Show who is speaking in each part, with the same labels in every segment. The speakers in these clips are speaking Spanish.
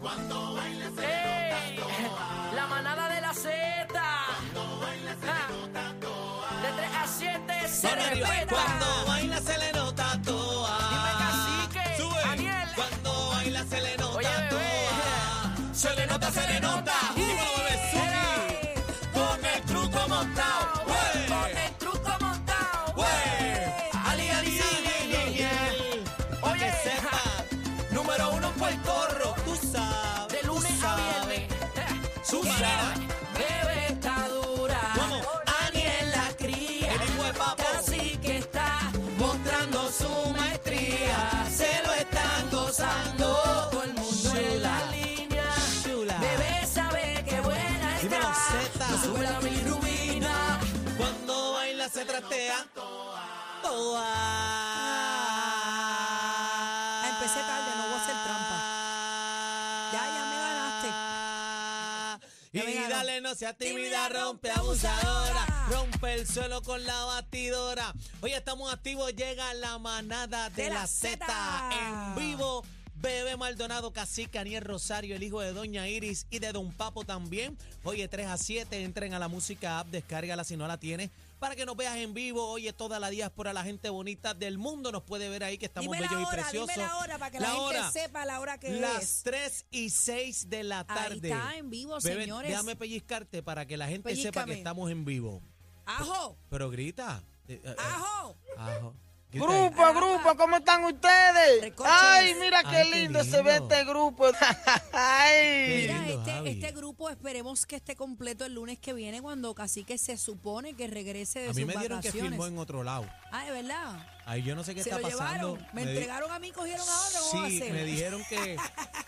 Speaker 1: Cuando baila se
Speaker 2: ¡Ey!
Speaker 1: le nota toa.
Speaker 2: La manada de la Z.
Speaker 1: Cuando baila se
Speaker 2: Ah.
Speaker 1: le nota toa.
Speaker 2: De 3 a 7 se
Speaker 3: Mano arriba.
Speaker 2: respeta.
Speaker 3: Cuando baila se le nota toa.
Speaker 2: Dime, cacique,
Speaker 3: Sube.
Speaker 2: Daniel.
Speaker 3: Cuando baila se le nota
Speaker 2: Oye, bebé.
Speaker 3: toa. Se le nota, se le nota. Dímelo, bebé, Suki. Con el truco montado.
Speaker 2: Con el truco montado.
Speaker 3: Ali, ali, ali, ali, ali. Pa' que
Speaker 2: Oye.
Speaker 3: sepa. Número uno fue el corro. Tú sabes.
Speaker 2: De
Speaker 3: tú
Speaker 2: lunes a
Speaker 3: sabes.
Speaker 2: viernes. Eh,
Speaker 3: Súbala.
Speaker 2: sabe, Bebé está dura.
Speaker 3: Vamos.
Speaker 2: Aniel la cría.
Speaker 3: El hijo de papo.
Speaker 2: Casi que está
Speaker 3: Mostrando su maestría. Se lo están gozando.
Speaker 2: todo el mundo en la línea.
Speaker 3: Chula.
Speaker 2: Bebé sabe que buena está.
Speaker 3: Dímelo, Zeta.
Speaker 2: No sube la bilirrubina.
Speaker 3: Cuando baila se trastea toda.
Speaker 4: Ah, empecé tarde, no voy a hacer trampa. Ya, ya me ganaste. Ya me
Speaker 3: Y
Speaker 4: ganó.
Speaker 3: dale, no seas tímida,
Speaker 4: Tímida,
Speaker 3: rompe
Speaker 4: rompe,
Speaker 3: abusadora.
Speaker 4: abusadora.
Speaker 3: Rompe el suelo con la batidora. Hoy estamos activos, llega la manada de,
Speaker 4: De
Speaker 3: la
Speaker 4: la
Speaker 3: Z
Speaker 4: Zeta.
Speaker 3: en vivo. Bebé Maldonado, Cacique, Aniel Rosario, el hijo de Doña Iris y de Don Papo también. Oye, 3 a 7, entren a la música app, descárgala si no la tienes, para que nos veas en vivo. Oye, toda la diáspora, la gente bonita del mundo nos puede ver ahí, que estamos
Speaker 4: Dime la
Speaker 3: bellos y
Speaker 4: hora,
Speaker 3: preciosos.
Speaker 4: dime la hora para que la, gente
Speaker 3: hora,
Speaker 4: sepa la hora que
Speaker 3: Las
Speaker 4: es.
Speaker 3: 3 y 6 de la tarde.
Speaker 4: Ahí está, en vivo,
Speaker 3: Bebé,
Speaker 4: señores.
Speaker 3: Déjame pellizcarte para que la gente sepa que
Speaker 4: Pellízcame.
Speaker 3: estamos en vivo.
Speaker 4: Ajo,
Speaker 3: Pero grita. Eh, eh, eh,
Speaker 4: ajo.
Speaker 3: ajo. Grita ahí.
Speaker 5: Grupo, grupo, ¿cómo están ustedes?
Speaker 4: Recoches.
Speaker 5: Ay, mira qué
Speaker 3: Ay, qué
Speaker 5: lindo se ve
Speaker 3: lindo.
Speaker 5: este grupo. Ay.
Speaker 4: Mira,
Speaker 3: lindo, Javi.
Speaker 4: este, este grupo esperemos que esté completo el lunes que viene cuando Cacique se supone que regrese de
Speaker 3: A mí
Speaker 4: sus
Speaker 3: me dieron que
Speaker 4: vacaciones.
Speaker 3: firmó en otro lado.
Speaker 4: Ah, de verdad.
Speaker 3: Ahí yo no sé qué
Speaker 4: se
Speaker 3: está
Speaker 4: lo
Speaker 3: pasando.
Speaker 4: llevaron. Me,
Speaker 3: di-
Speaker 4: entregaron a mí, cogieron a otro. ¿Cómo va a
Speaker 3: Sí,
Speaker 4: ser?
Speaker 3: me dijeron que,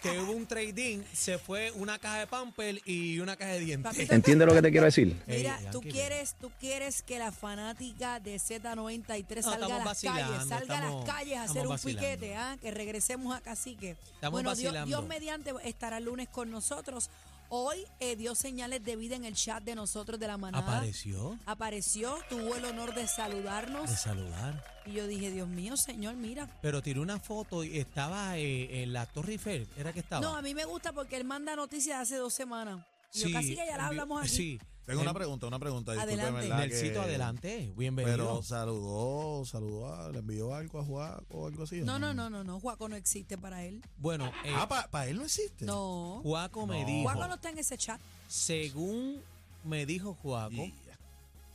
Speaker 3: que hubo un trading, se fue una caja de pamper y una caja de dientes.
Speaker 4: Papito,
Speaker 6: ¿Entiende lo que te quiero decir?
Speaker 4: Mira,
Speaker 3: Ey,
Speaker 4: tú
Speaker 3: Yankee,
Speaker 4: quieres, tú quieres que la fanática de Z93
Speaker 3: No,
Speaker 4: salga a
Speaker 3: estamos
Speaker 4: las calles,
Speaker 3: vacilando,
Speaker 4: salga a
Speaker 3: estamos-
Speaker 4: las calles a hacer
Speaker 3: estamos
Speaker 4: un
Speaker 3: vacilando.
Speaker 4: piquete, ¿ah? que regresemos a Cacique.
Speaker 3: Estamos
Speaker 4: bueno, Dios,
Speaker 3: vacilando.
Speaker 4: Dios mediante estará el lunes con nosotros. Hoy eh, dio señales de vida en el chat de nosotros de la manada.
Speaker 3: Apareció
Speaker 4: Apareció, tuvo el honor de
Speaker 3: de
Speaker 4: saludarnos.
Speaker 3: saludar.
Speaker 4: Y yo dije, Dios mío, señor, mira.
Speaker 3: Pero tiró una foto y estaba eh, en la Torre Eiffel. ¿Era que estaba?
Speaker 4: No, a mí me gusta porque él manda noticias de hace dos semanas. Y
Speaker 3: Sí,
Speaker 4: yo Cacique ya la
Speaker 3: envió-
Speaker 4: hablamos aquí.
Speaker 3: Sí.
Speaker 7: Tengo una
Speaker 3: Em-
Speaker 7: pregunta, una pregunta. Disculpe,
Speaker 4: Adelante.
Speaker 7: ¿verdad?
Speaker 3: Nelsito,
Speaker 7: que-
Speaker 3: adelante. Bienvenido.
Speaker 7: Pero saludó, saludó, a- le envió algo a Juaco o algo así. ¿o
Speaker 4: No, no, no, no, no, Juaco no existe para él.
Speaker 3: bueno, eh,
Speaker 7: Ah, para él no existe.
Speaker 4: No.
Speaker 3: Juaco me
Speaker 7: No.
Speaker 3: dijo,
Speaker 4: Juaco no está en ese chat.
Speaker 3: según me dijo Juaco,
Speaker 7: Y-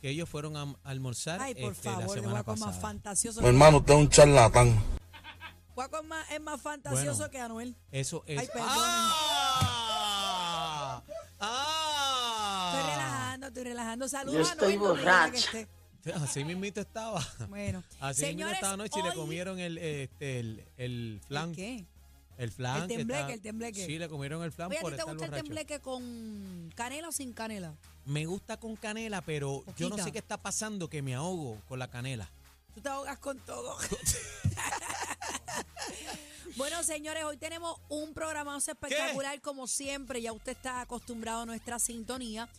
Speaker 3: que ellos fueron a a almorzar
Speaker 4: Ay, por
Speaker 3: este, la
Speaker 4: favor,
Speaker 3: semana
Speaker 4: Juaco es más
Speaker 3: pasada.
Speaker 4: fantasioso.
Speaker 8: Mi hermano, usted es un charlatán.
Speaker 4: Juaco es más, es más fantasioso
Speaker 3: Bueno.
Speaker 4: que Anuel.
Speaker 3: Eso es.
Speaker 4: Ay, perdón.
Speaker 3: ¡Ah!
Speaker 4: Estoy
Speaker 3: ¡Ah!
Speaker 4: relajando, estoy relajando. Saludos
Speaker 5: Yo
Speaker 4: a Anuel.
Speaker 5: estoy
Speaker 4: donde quiera que
Speaker 5: borracha.
Speaker 4: esté.
Speaker 3: Así mismito estaba.
Speaker 4: Bueno,
Speaker 3: Así mismito
Speaker 4: señores,
Speaker 3: estaba noche y le
Speaker 4: hoy-
Speaker 3: comieron el, este, el, el flan.
Speaker 4: ¿El ¿Qué?
Speaker 3: El flan.
Speaker 4: El
Speaker 3: que
Speaker 4: tembleque,
Speaker 3: está-
Speaker 4: el tembleque.
Speaker 3: Sí, le comieron el flan
Speaker 4: Oye, ¿a
Speaker 3: por
Speaker 4: ti te
Speaker 3: estar
Speaker 4: gusta el
Speaker 3: borracho.
Speaker 4: tembleque con canela o sin canela?
Speaker 3: Me gusta con canela, pero yo no
Speaker 4: Poquita.
Speaker 3: sé qué está pasando que me ahogo con la canela.
Speaker 4: Tú te ahogas con todo. bueno, señores, hoy tenemos un programazo espectacular como siempre. Ya usted está acostumbrado a nuestra sintonía.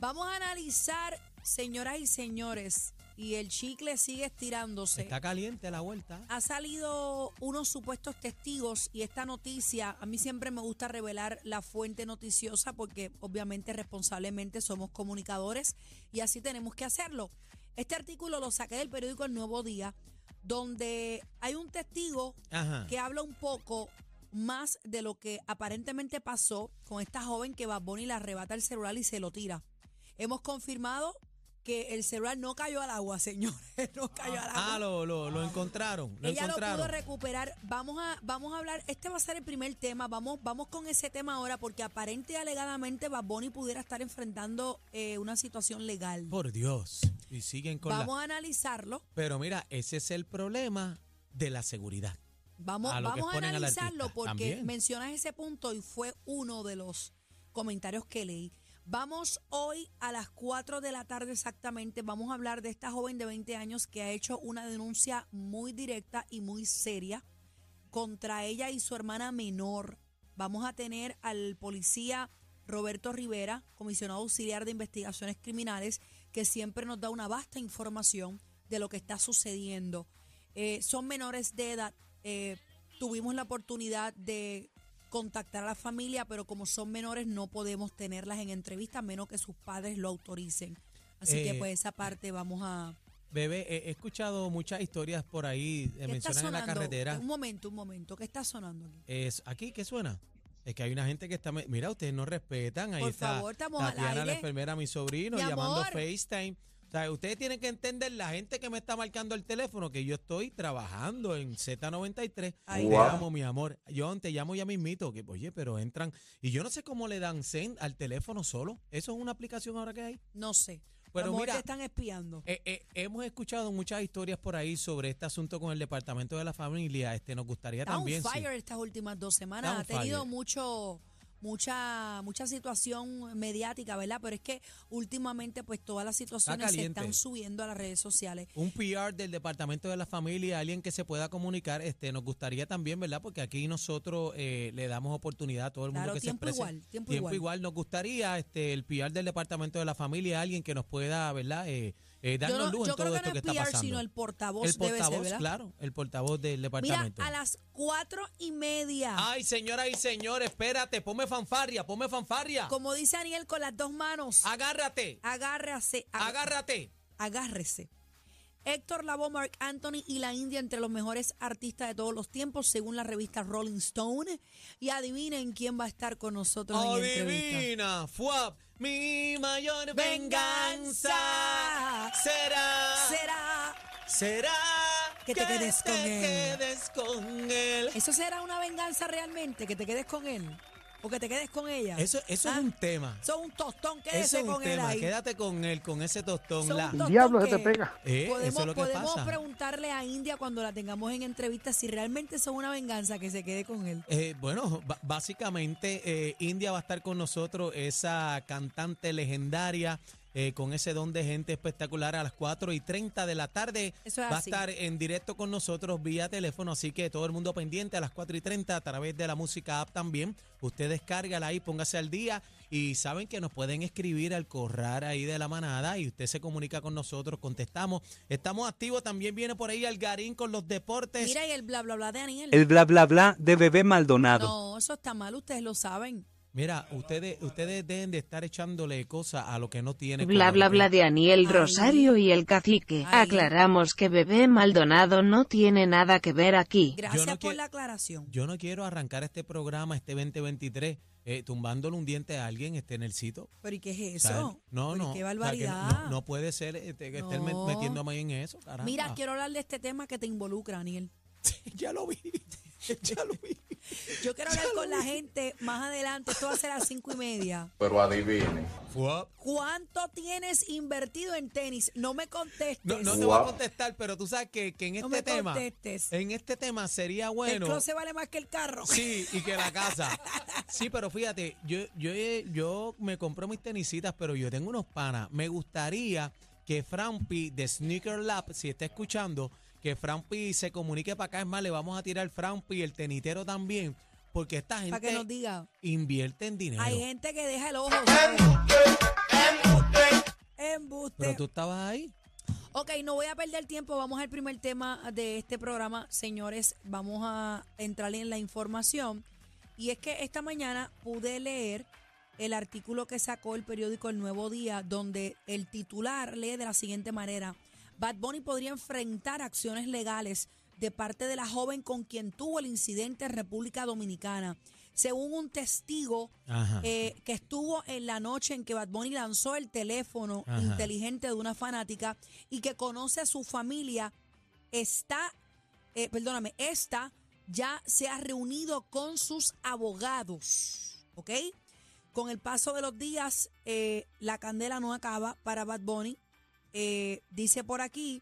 Speaker 4: Vamos a analizar, señoras y señores, y el chicle sigue estirándose.
Speaker 3: Está caliente la vuelta.
Speaker 4: Ha salido unos supuestos testigos y esta noticia, a mí siempre me gusta revelar la fuente noticiosa porque obviamente responsablemente somos comunicadores y así tenemos que hacerlo. Este artículo lo saqué del periódico El Nuevo Día, donde hay un testigo
Speaker 3: Ajá.
Speaker 4: que habla un poco más de lo que aparentemente pasó con esta joven que Bad Bunny le arrebata el celular y se lo tira. Hemos confirmado que el celular no cayó al agua, señores, no cayó al agua.
Speaker 3: Ah, lo, lo, lo encontraron. Lo
Speaker 4: Ella lo
Speaker 3: encontraron.
Speaker 4: pudo recuperar. Vamos a, vamos a hablar. Este va a ser el primer tema. Vamos, vamos con ese tema ahora porque aparente y alegadamente Bad Bunny pudiera estar enfrentando eh, una situación legal.
Speaker 3: Por Dios. Y siguen con
Speaker 4: Vamos
Speaker 3: la.
Speaker 4: a analizarlo.
Speaker 3: Pero mira, ese es el problema de la seguridad.
Speaker 4: Vamos,
Speaker 3: A lo que
Speaker 4: vamos a
Speaker 3: exponen al
Speaker 4: analizarlo
Speaker 3: artista.
Speaker 4: porque
Speaker 3: También.
Speaker 4: mencionas ese punto y fue uno de los comentarios que leí. Vamos hoy a las 4 de la tarde exactamente. Vamos a hablar de esta joven de 20 años que ha hecho una denuncia muy directa y muy seria contra ella y su hermana menor. Vamos a tener al policía Roberto Rivera, comisionado auxiliar de investigaciones criminales, que siempre nos da una vasta información de lo que está sucediendo. Eh, son menores de edad. Eh, tuvimos la oportunidad de contactar a la familia, pero como son menores no podemos tenerlas en entrevista a menos que sus padres lo autoricen. Así que
Speaker 3: Eh,
Speaker 4: pues esa parte vamos a...
Speaker 3: Bebé, he, he escuchado muchas historias por ahí, eh,
Speaker 4: ¿Qué está
Speaker 3: mencionan en la
Speaker 4: sonando?
Speaker 3: carretera.
Speaker 4: Un momento, un momento. ¿Qué está sonando aquí?
Speaker 3: Es, ¿Aquí qué suena? Es que hay una gente que está... me- Mira, ustedes no respetan. Ahí
Speaker 4: Por
Speaker 3: está
Speaker 4: favor, estamos al
Speaker 3: Tatiana, la
Speaker 4: aire.
Speaker 3: enfermera, mi sobrino,
Speaker 4: Mi
Speaker 3: llamando
Speaker 4: amor.
Speaker 3: FaceTime. O sea, ustedes tienen que entender la gente que me está marcando el teléfono, que yo estoy trabajando en Z93.
Speaker 4: Ay,
Speaker 3: te
Speaker 4: Wow.
Speaker 3: llamo, mi amor. Yo te llamo ya mismito. Que, oye, pero entran... Y yo no sé cómo le dan send al teléfono solo. Eso es una aplicación ahora que hay.
Speaker 4: No sé.
Speaker 3: Pero
Speaker 4: a lo mejor
Speaker 3: mira-
Speaker 4: te están espiando.
Speaker 3: Eh, eh, hemos escuchado muchas historias por ahí sobre este asunto con el Departamento de la Familia. Este, nos gustaría
Speaker 4: Está
Speaker 3: también... sí.
Speaker 4: on fire estas últimas dos semanas.
Speaker 3: Está on
Speaker 4: ha tenido
Speaker 3: fire.
Speaker 4: mucho, mucha, mucha situación mediática, ¿verdad? Pero es que últimamente, pues todas las situaciones se
Speaker 3: caliente.
Speaker 4: están subiendo a las redes sociales.
Speaker 3: un PR del Departamento de la Familia, alguien que se pueda comunicar, este, nos gustaría también, ¿verdad? Porque aquí nosotros eh, le damos oportunidad a todo el mundo
Speaker 4: Claro,
Speaker 3: que se
Speaker 4: tiempo
Speaker 3: exprese.
Speaker 4: igual, tiempo igual.
Speaker 3: Nos gustaría este, el PR del Departamento de la Familia, alguien que nos pueda, ¿verdad? Eh, eh,
Speaker 4: Yo,
Speaker 3: darnos
Speaker 4: no-
Speaker 3: luz
Speaker 4: yo
Speaker 3: en
Speaker 4: creo
Speaker 3: todo
Speaker 4: que
Speaker 3: esto
Speaker 4: no
Speaker 3: que
Speaker 4: es
Speaker 3: está
Speaker 4: PR,
Speaker 3: pasando.
Speaker 4: sino el portavoz,
Speaker 3: el portavoz,
Speaker 4: debe ser, ¿verdad?
Speaker 3: claro, el portavoz del
Speaker 4: Mira,
Speaker 3: departamento.
Speaker 4: a las cuatro y media,
Speaker 3: Ay, señoras y señores, espérate, ponme fanfarria, ponme fanfarria.
Speaker 4: como dice Aniel con las dos manos,
Speaker 3: Ah, Agárrate,
Speaker 4: agárrase, ag-
Speaker 3: agárrate.
Speaker 4: agárrese. Héctor Lavoe, Mark Anthony y la India entre los mejores artistas de todos los tiempos, según la revista Rolling Stone. Y adivinen quién va a estar con nosotros en entrevista.
Speaker 3: Adivina, fuap. Mi mayor venganza
Speaker 4: Venganza.
Speaker 3: será,
Speaker 4: Será.
Speaker 3: será
Speaker 4: Que te quedes con
Speaker 3: te
Speaker 4: él.
Speaker 3: quedes con él.
Speaker 4: ¿Eso será una venganza realmente? ¿Que te quedes con él? ¿O que te quedes con ella?
Speaker 3: Eso, eso es
Speaker 4: Ah,
Speaker 3: un tema.
Speaker 4: Son un tostón,
Speaker 3: Eso
Speaker 4: quédese
Speaker 3: es un
Speaker 4: con él
Speaker 3: tema.
Speaker 4: ahí.
Speaker 3: Quédate con él, con ese tostón.
Speaker 4: Son
Speaker 3: la-
Speaker 4: un tostón
Speaker 5: diablo se
Speaker 4: que
Speaker 5: te pega?
Speaker 3: Eh, eso
Speaker 4: podemos
Speaker 3: es lo que
Speaker 4: podemos
Speaker 3: pasa.
Speaker 4: preguntarle a India cuando la tengamos en entrevista si realmente son una venganza que se quede con él.
Speaker 3: Eh, bueno, ba- básicamente eh, India va a estar con nosotros, esa cantante legendaria. eh, con ese don de gente espectacular a las 4 y 30 de la tarde.
Speaker 4: Eso es
Speaker 3: va
Speaker 4: así.
Speaker 3: a estar en directo con nosotros vía teléfono, así que todo el mundo pendiente a las 4 y 30 a través de la música app también. Usted descárgala ahí, póngase al día y saben que nos pueden escribir al corral ahí de la manada y usted se comunica con nosotros, contestamos. Estamos activos, también viene por ahí Algarín con los deportes.
Speaker 4: Mira y el bla bla bla de Aniel.
Speaker 6: El bla bla bla de bebé Maldonado.
Speaker 4: No, eso está mal, ustedes lo saben.
Speaker 3: Mira, ustedes, ustedes deben de estar echándole cosas a lo que no tiene.
Speaker 8: Bla bla bla de Aniel
Speaker 4: Ay.
Speaker 8: Rosario y el cacique.
Speaker 4: Ay.
Speaker 8: Aclaramos que bebé Maldonado no tiene nada que ver aquí.
Speaker 4: Gracias
Speaker 3: no
Speaker 4: por
Speaker 3: quie-
Speaker 4: la aclaración.
Speaker 3: Yo no quiero arrancar este programa, este 2023, eh, tumbándole un diente a alguien este, en el sitio.
Speaker 4: Pero ¿y qué es
Speaker 3: O sea,
Speaker 4: eso?
Speaker 3: no, no.
Speaker 4: Pero Qué
Speaker 3: o sea, que
Speaker 4: barbaridad.
Speaker 3: no, no puede ser este, que estén me-
Speaker 4: No.
Speaker 3: metiéndome ahí en eso, caramba.
Speaker 4: Mira, quiero hablar de este tema que te involucra, Aniel.
Speaker 3: ya lo vi. Ya lo vi.
Speaker 4: Yo quiero hablar con la gente más adelante. Esto va a ser a las cinco y media.
Speaker 9: Pero adivine.
Speaker 3: Fuap.
Speaker 4: ¿Cuánto tienes invertido en tenis? No me contestes.
Speaker 3: No, no te voy a contestar, pero tú sabes que, que en este
Speaker 4: No me
Speaker 3: tema.
Speaker 4: contestes.
Speaker 3: En este tema sería
Speaker 4: El
Speaker 3: bueno.
Speaker 4: closet vale más que el carro.
Speaker 3: Sí, y que la casa. Sí, pero fíjate, yo, yo, yo me compré mis tenisitas, pero yo tengo unos panas. Me gustaría que Frampi de Sneaker Lab, si está escuchando, que Frampi se comunique para acá. Es más, le vamos a tirar Frampi, el tenitero también, porque esta
Speaker 4: Para que
Speaker 3: gente
Speaker 4: nos diga.
Speaker 3: invierte en dinero.
Speaker 4: Hay gente que deja el ojo. ¿sabes?
Speaker 3: Pero
Speaker 4: Embuste.
Speaker 3: tú estabas ahí.
Speaker 4: Ok, no voy a perder tiempo. Vamos al primer tema de este programa. Señores, vamos a entrar en la información. Y es que esta mañana pude leer el artículo que sacó el periódico El Nuevo Día, donde el titular lee de la siguiente manera. Bad Bunny podría enfrentar acciones legales de parte de la joven con quien tuvo el incidente en República Dominicana. Según un testigo,
Speaker 3: Ajá.
Speaker 4: eh, que estuvo en la noche en que Bad Bunny lanzó el teléfono
Speaker 3: Ajá.
Speaker 4: inteligente de una fanática y que conoce a su familia, está, eh, perdóname, esta ya se ha reunido con sus abogados, ¿ok? Con el paso de los días, eh, la candela no acaba para Bad Bunny. Eh, dice por aquí,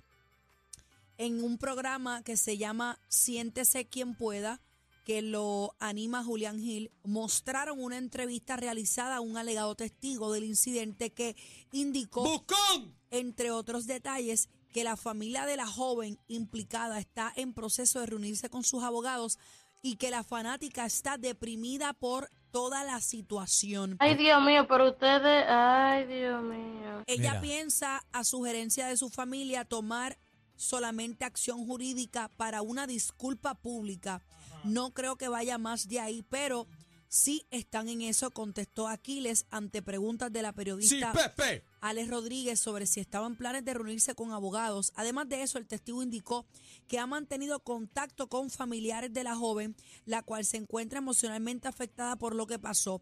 Speaker 4: en un programa que se llama Siéntese quien pueda, que lo anima Julián Gil, mostraron una entrevista realizada a un alegado testigo del incidente que indicó,
Speaker 3: ¡Buscón!
Speaker 4: entre otros detalles, que la familia de la joven implicada está en proceso de reunirse con sus abogados y que la fanática está deprimida por toda la situación.
Speaker 10: Ay, Dios mío, pero ustedes, ay, Dios mío.
Speaker 4: Ella
Speaker 3: Mira.
Speaker 4: piensa, a sugerencia de su familia, tomar solamente acción jurídica para una disculpa pública. No creo que vaya más de ahí, pero Sí están en eso, contestó Aquiles ante preguntas de la periodista
Speaker 3: Pepe.
Speaker 4: Alex Rodríguez sobre si estaba en planes de reunirse con abogados. Además de eso, el testigo indicó que ha mantenido contacto con familiares de la joven, la cual se encuentra emocionalmente afectada por lo que pasó.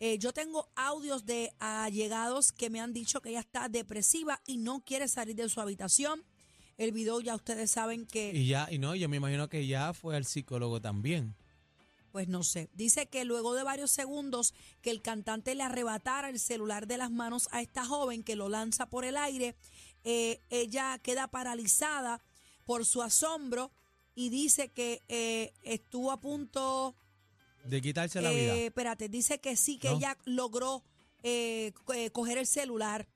Speaker 4: Eh, yo tengo audios de allegados que me han dicho que ella está depresiva y no quiere salir de su habitación. El video ya ustedes saben que
Speaker 3: Y ya, y no, yo me imagino que ya fue al psicólogo también.
Speaker 4: Pues no sé. Dice que luego de varios segundos que el cantante le arrebatara el celular de las manos a esta joven que lo lanza por el aire, eh, ella queda paralizada por su asombro y dice que eh, estuvo a punto...
Speaker 3: De quitarse la
Speaker 4: eh,
Speaker 3: vida.
Speaker 4: espérate, dice que sí, que
Speaker 3: ¿No?
Speaker 4: ella logró eh, co- eh, coger el celular.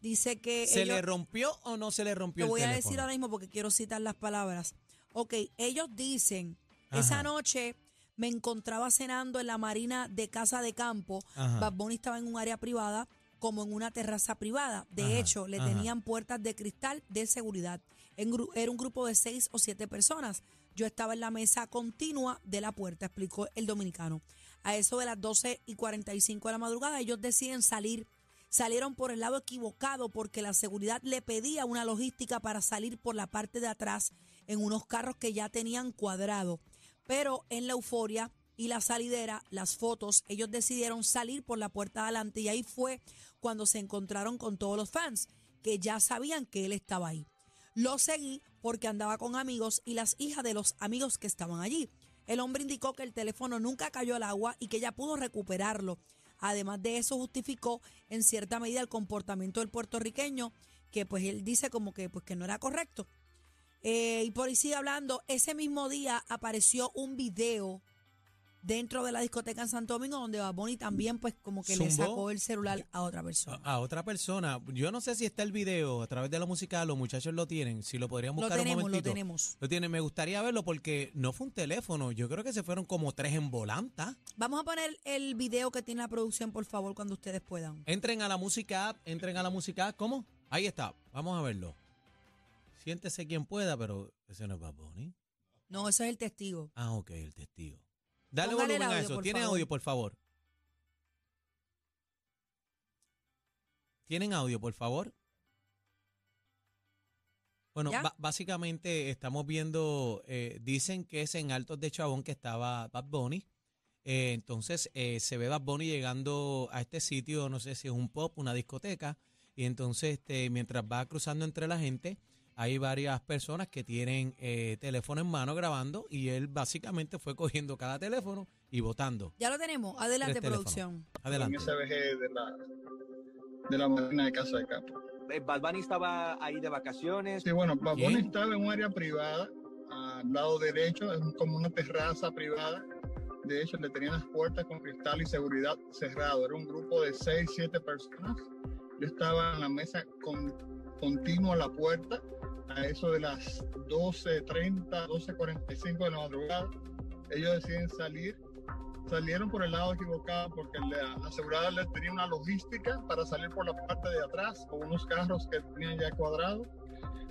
Speaker 4: Dice que...
Speaker 3: ¿Se
Speaker 4: ellos-
Speaker 3: le rompió o no se le rompió
Speaker 4: te
Speaker 3: el
Speaker 4: voy a
Speaker 3: teléfono?
Speaker 4: decir ahora mismo porque quiero citar las palabras. Ok, ellos dicen, esa
Speaker 3: Ajá.
Speaker 4: noche me encontraba cenando en la marina de Casa de Campo.
Speaker 3: Ajá.
Speaker 4: Bad Bunny estaba en un área privada como en una terraza privada. De
Speaker 3: Ajá,
Speaker 4: hecho, le
Speaker 3: ajá.
Speaker 4: tenían puertas de cristal de seguridad. En gru- era un grupo de seis o siete personas. Yo estaba en la mesa continua de la puerta, explicó el dominicano. A eso de las 12 y 45 de la madrugada, ellos deciden salir. Salieron por el lado equivocado porque la seguridad le pedía una logística para salir por la parte de atrás en unos carros que ya tenían cuadrado. Pero en la euforia y la salidera, las fotos, ellos decidieron salir por la puerta de adelante y ahí fue cuando se encontraron con todos los fans que ya sabían que él estaba ahí. Lo seguí porque andaba con amigos y las hijas de los amigos que estaban allí. El hombre indicó que el teléfono nunca cayó al agua y que ella pudo recuperarlo. Además de eso justificó en cierta medida el comportamiento del puertorriqueño que pues él dice como que pues que no era correcto. Eh, y por ahí sigue hablando, ese mismo día apareció un video dentro de la discoteca en Santo Domingo donde Bad Bunny también pues como que le
Speaker 3: Zumbó.
Speaker 4: sacó el celular a otra persona.
Speaker 3: A, a otra persona. Yo no sé si está el video a través de la musical, los muchachos lo tienen. Si lo podrían
Speaker 4: Lo
Speaker 3: buscar
Speaker 4: tenemos,
Speaker 3: un
Speaker 4: lo
Speaker 3: momentito.
Speaker 4: tenemos.
Speaker 3: Lo tienen. Me gustaría verlo porque no fue un teléfono. Yo creo que se fueron como tres en volanta.
Speaker 4: Vamos a poner el video que tiene la producción, por favor, cuando ustedes puedan.
Speaker 3: Entren a la música app, entren a la música app. ¿Cómo? Ahí está. Vamos a verlo. Siéntese quien pueda, pero ese no es Bad Bunny.
Speaker 4: No, ese es el testigo.
Speaker 3: Ah, ok, el testigo. Dale
Speaker 4: Póngale el
Speaker 3: volumen a
Speaker 4: audio,
Speaker 3: eso.
Speaker 4: por
Speaker 3: Tiene
Speaker 4: favor.
Speaker 3: audio, por favor. ¿Tienen audio, por favor? Bueno,
Speaker 4: ¿Ya?
Speaker 3: ba- básicamente estamos viendo, eh, dicen que es en Altos de Chabón que estaba Bad Bunny. Eh, entonces eh, se ve Bad Bunny llegando a este sitio, no sé si es un pop, una discoteca. Y entonces este, mientras va cruzando entre la gente, hay varias personas que tienen eh, teléfono en mano grabando y él básicamente fue cogiendo cada teléfono y votando.
Speaker 4: Ya lo tenemos. Adelante,
Speaker 3: Tres teléfonos.
Speaker 4: producción.
Speaker 3: Adelante.
Speaker 9: de la, de la marina de Casa de Campo.
Speaker 10: Balbani Eh, estaba ahí de vacaciones.
Speaker 9: Sí, bueno, Bad Bunny
Speaker 10: ¿Quién?
Speaker 9: estaba en un área privada, al lado derecho, es como una terraza privada. De hecho, le tenían las puertas con cristal y seguridad cerrado. Era un grupo de 6, 7 personas. Yo estaba en la mesa con, continua a la puerta, a eso de las 12.30, 12.45 de la madrugada. Ellos deciden salir. Salieron por el lado equivocado porque la, la asegurada les tenía una logística para salir por la parte de atrás con unos carros que tenían ya cuadrados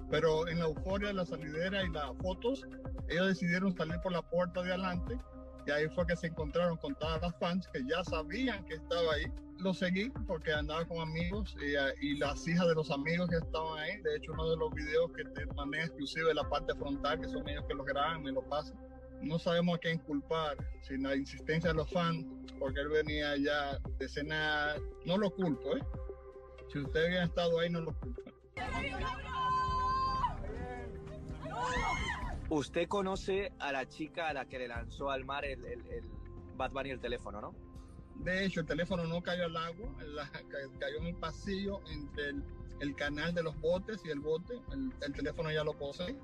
Speaker 9: pero en la euforia, la salidera y las fotos, ellos decidieron salir por la puerta de adelante y ahí fue que se encontraron con todas las fans que ya sabían que estaba ahí. Lo seguí porque andaba con amigos y, eh, y las hijas de los amigos que estaban ahí. De hecho, uno de los videos que te mandé exclusivo de la parte frontal, que son ellos que los graban y lo pasan. No sabemos a quién culpar, sin la insistencia de los fans, porque él venía ya de cenar. No lo culpo, ¿eh? Si ustedes habían estado ahí, no lo culpo.
Speaker 10: Usted conoce a la chica a la que le lanzó al mar el, el, el Bad Bunny el teléfono, ¿no?
Speaker 9: De hecho, el teléfono no cayó al agua, la- ca- cayó en un pasillo entre el, el canal de los botes y el bote. El, el teléfono ya lo posee.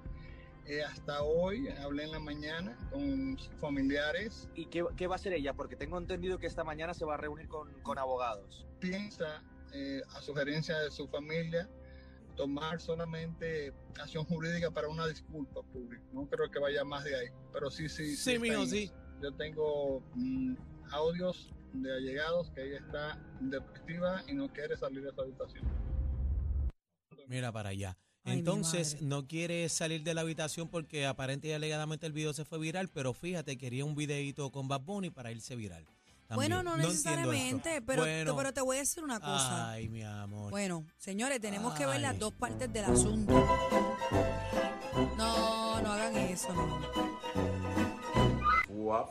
Speaker 9: Eh, hasta hoy hablé en la mañana con sus familiares.
Speaker 10: ¿Y qué, qué va a hacer ella? Porque tengo entendido que esta mañana se va a reunir con, con abogados.
Speaker 9: Piensa, eh, a sugerencia de su familia, tomar solamente acción jurídica para una disculpa pública. No creo que vaya más de ahí, pero sí, sí.
Speaker 3: Sí,
Speaker 9: está
Speaker 3: mijo,
Speaker 9: en
Speaker 3: sí.
Speaker 9: eso. Yo tengo mm, audios de allegados que ella está depresiva y no quiere salir de su habitación.
Speaker 3: Mira para allá.
Speaker 4: Ay, mi
Speaker 3: Entonces
Speaker 4: madre.
Speaker 3: no quiere salir de la habitación porque aparente y alegadamente el video se fue viral, pero fíjate, quería un videíto con Bad Bunny para irse viral. también.
Speaker 4: Bueno, no,
Speaker 3: entiendo esto.
Speaker 4: necesariamente, pero,
Speaker 3: Bueno.
Speaker 4: pero te voy a decir una cosa.
Speaker 3: Ay, mi amor.
Speaker 4: Bueno, señores, tenemos que ver las
Speaker 3: Ay.
Speaker 4: dos partes del asunto. No, no hagan eso, no.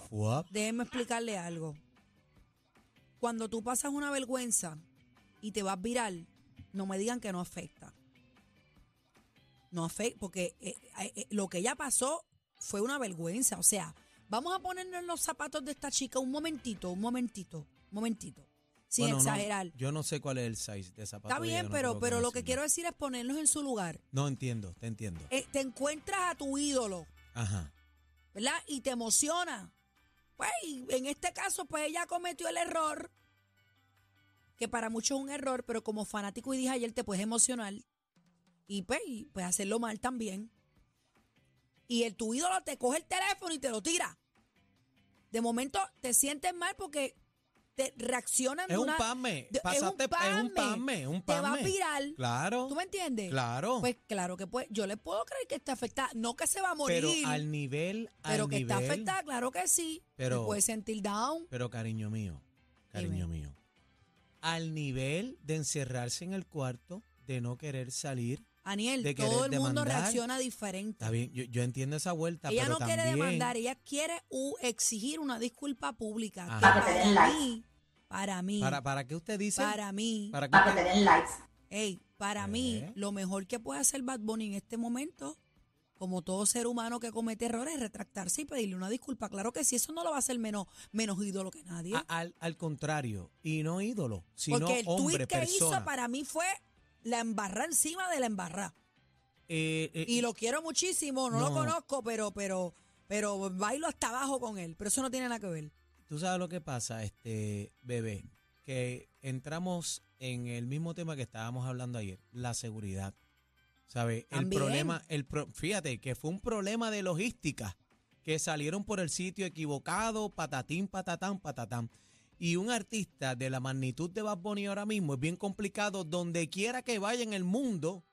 Speaker 3: Fuap.
Speaker 4: Déjenme explicarle algo. Cuando tú pasas una vergüenza y te vas viral, no me digan que no afecta. No afecta, porque eh, eh, eh, lo que ella pasó fue una vergüenza. O sea, vamos a ponernos en los zapatos de esta chica un momentito, un momentito, un momentito, sin
Speaker 3: Bueno, no,
Speaker 4: exagerar.
Speaker 3: yo no sé cuál es el size de zapato.
Speaker 4: Está
Speaker 3: de ella,
Speaker 4: bien,
Speaker 3: no
Speaker 4: pero,
Speaker 3: tengo
Speaker 4: pero lo que
Speaker 3: decirlo.
Speaker 4: quiero decir es ponernos en su lugar.
Speaker 3: No entiendo, te entiendo.
Speaker 4: Eh, te encuentras a tu ídolo,
Speaker 3: Ajá.
Speaker 4: ¿verdad? Y te emociona. Pues, y en este caso, pues ella cometió el error, que para muchos es un error, pero como fanático y dije ayer, te puedes emocionar y pues, y, pues, hacerlo mal también. Y el tu ídolo te coge el teléfono y te lo tira. De momento te sientes mal porque te reaccionan de
Speaker 3: Es un
Speaker 4: una-
Speaker 3: pasme.
Speaker 4: de-
Speaker 3: Pasaste, es un pasme. un
Speaker 4: Te va
Speaker 3: pasme.
Speaker 4: viral.
Speaker 3: Claro.
Speaker 4: ¿Tú me entiendes?
Speaker 3: Claro.
Speaker 4: Pues claro que pues, yo le puedo creer que está afectada, no que se va a morir,
Speaker 3: pero al nivel. al
Speaker 4: pero que está
Speaker 3: nivel-
Speaker 4: afectada, claro que sí.
Speaker 3: Pero-
Speaker 4: se puede sentir down.
Speaker 3: Pero cariño mío, cariño mío. Al nivel de encerrarse en el cuarto, de no querer salir.
Speaker 4: Aniel,
Speaker 3: de
Speaker 4: todo el
Speaker 3: querer
Speaker 4: mundo
Speaker 3: demandar.
Speaker 4: reacciona diferente.
Speaker 3: Está bien, yo, yo entiendo esa vuelta,
Speaker 4: Ella
Speaker 3: pero
Speaker 4: no
Speaker 3: también.
Speaker 4: quiere demandar, ella quiere uh, exigir una disculpa pública.
Speaker 3: Ajá. Para
Speaker 4: que para, mí, para mí,
Speaker 3: Ah. ¿Para, ¿Para qué usted dice?
Speaker 4: para mí,
Speaker 3: Para que usted-
Speaker 4: ey, para mí,
Speaker 3: Eh.
Speaker 4: lo mejor que puede hacer Bad Bunny en este momento, como todo ser humano que comete errores, es retractarse y pedirle una disculpa. Claro que sí, eso no lo va a hacer menos, menos ídolo que nadie.
Speaker 3: A- al, al contrario, y Ah, no ídolo, sino
Speaker 4: Porque el
Speaker 3: hombre,
Speaker 4: tweet que
Speaker 3: persona.
Speaker 4: hizo para mí fue la embarrá encima de la embarrá.
Speaker 3: Eh, eh,
Speaker 4: Y lo quiero muchísimo, no, lo
Speaker 3: No.
Speaker 4: conozco, pero, pero, pero bailo hasta abajo con él. Pero eso no tiene nada que ver.
Speaker 3: Tú sabes lo que pasa, este bebé, que entramos en el mismo tema que estábamos hablando ayer, la seguridad. ¿Sabes? El
Speaker 4: También.
Speaker 3: problema, el pro- fíjate que fue un problema de logística, que salieron por el sitio equivocado, patatín, patatán, patatán. Y un artista de la magnitud de Bad Bunny ahora mismo es bien complicado, donde quiera que vaya en el mundo,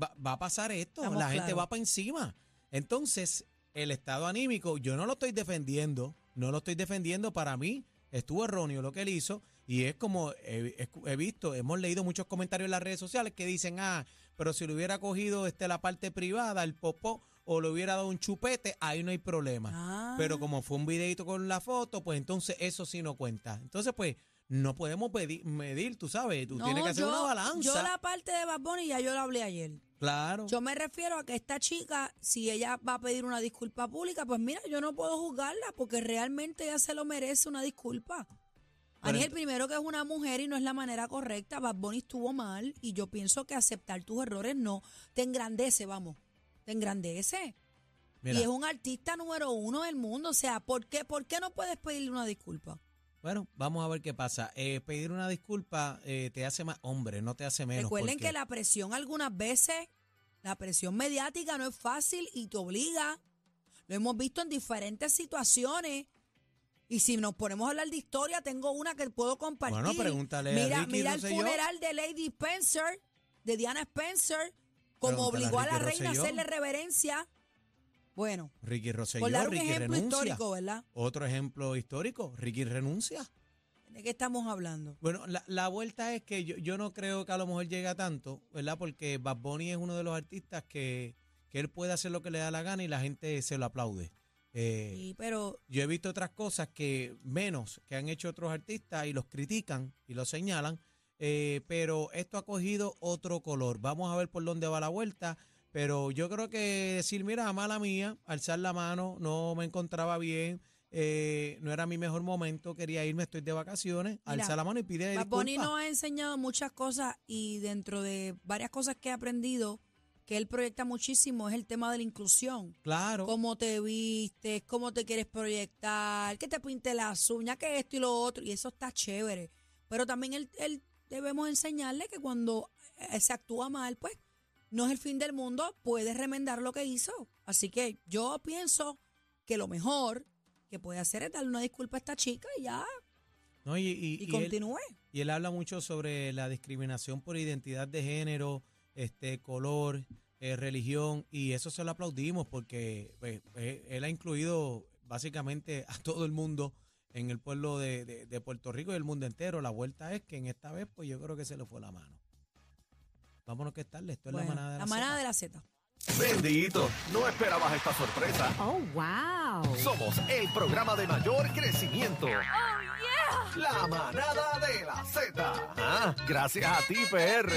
Speaker 3: va, va a pasar esto,
Speaker 4: Estamos
Speaker 3: la gente
Speaker 4: claros.
Speaker 3: va para encima. Entonces, el estado anímico, yo no lo estoy defendiendo, no lo estoy defendiendo para mí. Estuvo erróneo lo que él hizo y es como he, escu- he visto, hemos leído muchos comentarios en las redes sociales que dicen, ah, pero si lo hubiera cogido este, la parte privada, el popó, o le hubiera dado un chupete, ahí no hay problema.
Speaker 4: Ah.
Speaker 3: Pero como fue un videito con la foto, pues entonces eso sí no cuenta. Entonces, pues, no podemos pedir, medir, tú sabes, tú tienes
Speaker 4: No,
Speaker 3: que hacer
Speaker 4: yo-
Speaker 3: una balanza.
Speaker 4: Yo la parte de Bad Bunny ya yo la hablé ayer.
Speaker 3: Claro.
Speaker 4: Yo me refiero a que esta chica, si ella va a pedir una disculpa pública, pues mira, yo no puedo juzgarla porque realmente ella se lo merece una disculpa.
Speaker 3: Pero
Speaker 4: Aniel,
Speaker 3: ent-
Speaker 4: primero que es una mujer y no es la manera correcta, Bad Bunny estuvo mal y yo pienso que aceptar tus errores no te engrandece, vamos, te engrandece.
Speaker 3: Mira,
Speaker 4: Y es un artista número uno del mundo, o sea, ¿por qué, por qué no puedes pedirle una disculpa?
Speaker 3: bueno, vamos a ver qué pasa. Eh, pedir una disculpa eh, te hace más hombre, no te hace menos.
Speaker 4: Recuerden
Speaker 3: porque-
Speaker 4: que la presión algunas veces, la presión mediática no es fácil y te obliga. Lo hemos visto en diferentes situaciones. Y si nos ponemos a hablar de historia, tengo una que puedo compartir.
Speaker 3: Bueno, pregúntale a
Speaker 4: Mira,
Speaker 3: Ricky
Speaker 4: mira el
Speaker 3: Rosselló.
Speaker 4: funeral de Lady Spencer, de Diana Spencer, como
Speaker 3: Pregúntale a
Speaker 4: obligó a la
Speaker 3: Ricky
Speaker 4: reina
Speaker 3: Rosselló.
Speaker 4: a hacerle reverencia. Bueno,
Speaker 3: Ricky
Speaker 4: por
Speaker 3: Rosselló,
Speaker 4: dar un
Speaker 3: Ricky
Speaker 4: ejemplo
Speaker 3: renuncia.
Speaker 4: histórico, ¿verdad?
Speaker 3: Otro ejemplo histórico, Ricky renuncia.
Speaker 4: ¿De qué estamos hablando?
Speaker 3: Bueno, la, la vuelta es que yo, yo no creo que a lo mejor llegue a tanto, ¿verdad? Porque Bad Bunny es uno de los artistas que, que él puede hacer lo que le da la gana y la gente se lo aplaude. Eh,
Speaker 4: Sí, pero
Speaker 3: Yo he visto otras cosas que menos que han hecho otros artistas y los critican y los señalan, eh, pero esto ha cogido otro color. Vamos a ver por dónde va la vuelta, pero yo creo que decir, mira, mala mía, alzar la mano, no me encontraba bien, eh, no era mi mejor momento, quería irme, estoy de vacaciones,
Speaker 4: Mira,
Speaker 3: alzar la mano y pide
Speaker 4: Bad Bunny
Speaker 3: disculpas.
Speaker 4: nos ha enseñado muchas cosas y dentro de varias cosas que he aprendido, que él proyecta muchísimo, es el tema de la inclusión.
Speaker 3: Claro.
Speaker 4: Cómo te vistes, cómo te quieres proyectar, que te pinte las uñas, que esto y lo otro. Y eso está chévere. Pero también él, él- debemos enseñarle que cuando eh, se actúa mal, pues no es el fin del mundo, puedes remendar lo que hizo. Así que yo pienso que lo mejor que puede hacer es darle una disculpa a esta chica y ya,
Speaker 3: No, y, y-
Speaker 4: y,
Speaker 3: y él-
Speaker 4: continúe.
Speaker 3: y él habla mucho sobre la discriminación por identidad de género, este color, eh, religión, y eso se lo aplaudimos porque pues, eh, él ha incluido básicamente a todo el mundo en el pueblo de, de- de Puerto Rico y el mundo entero. La vuelta es que en esta vez, pues yo creo que se le fue la mano. Vámonos que es tarde. Esto es la
Speaker 4: Bueno,
Speaker 3: manada de la,
Speaker 4: la manada
Speaker 3: Z.
Speaker 4: de la Z.
Speaker 11: Bendito, no esperabas esta sorpresa.
Speaker 8: Oh, wow.
Speaker 11: Somos el programa de mayor
Speaker 4: Oh,
Speaker 11: crecimiento. La manada de la Z. Ah, gracias a ti, PR.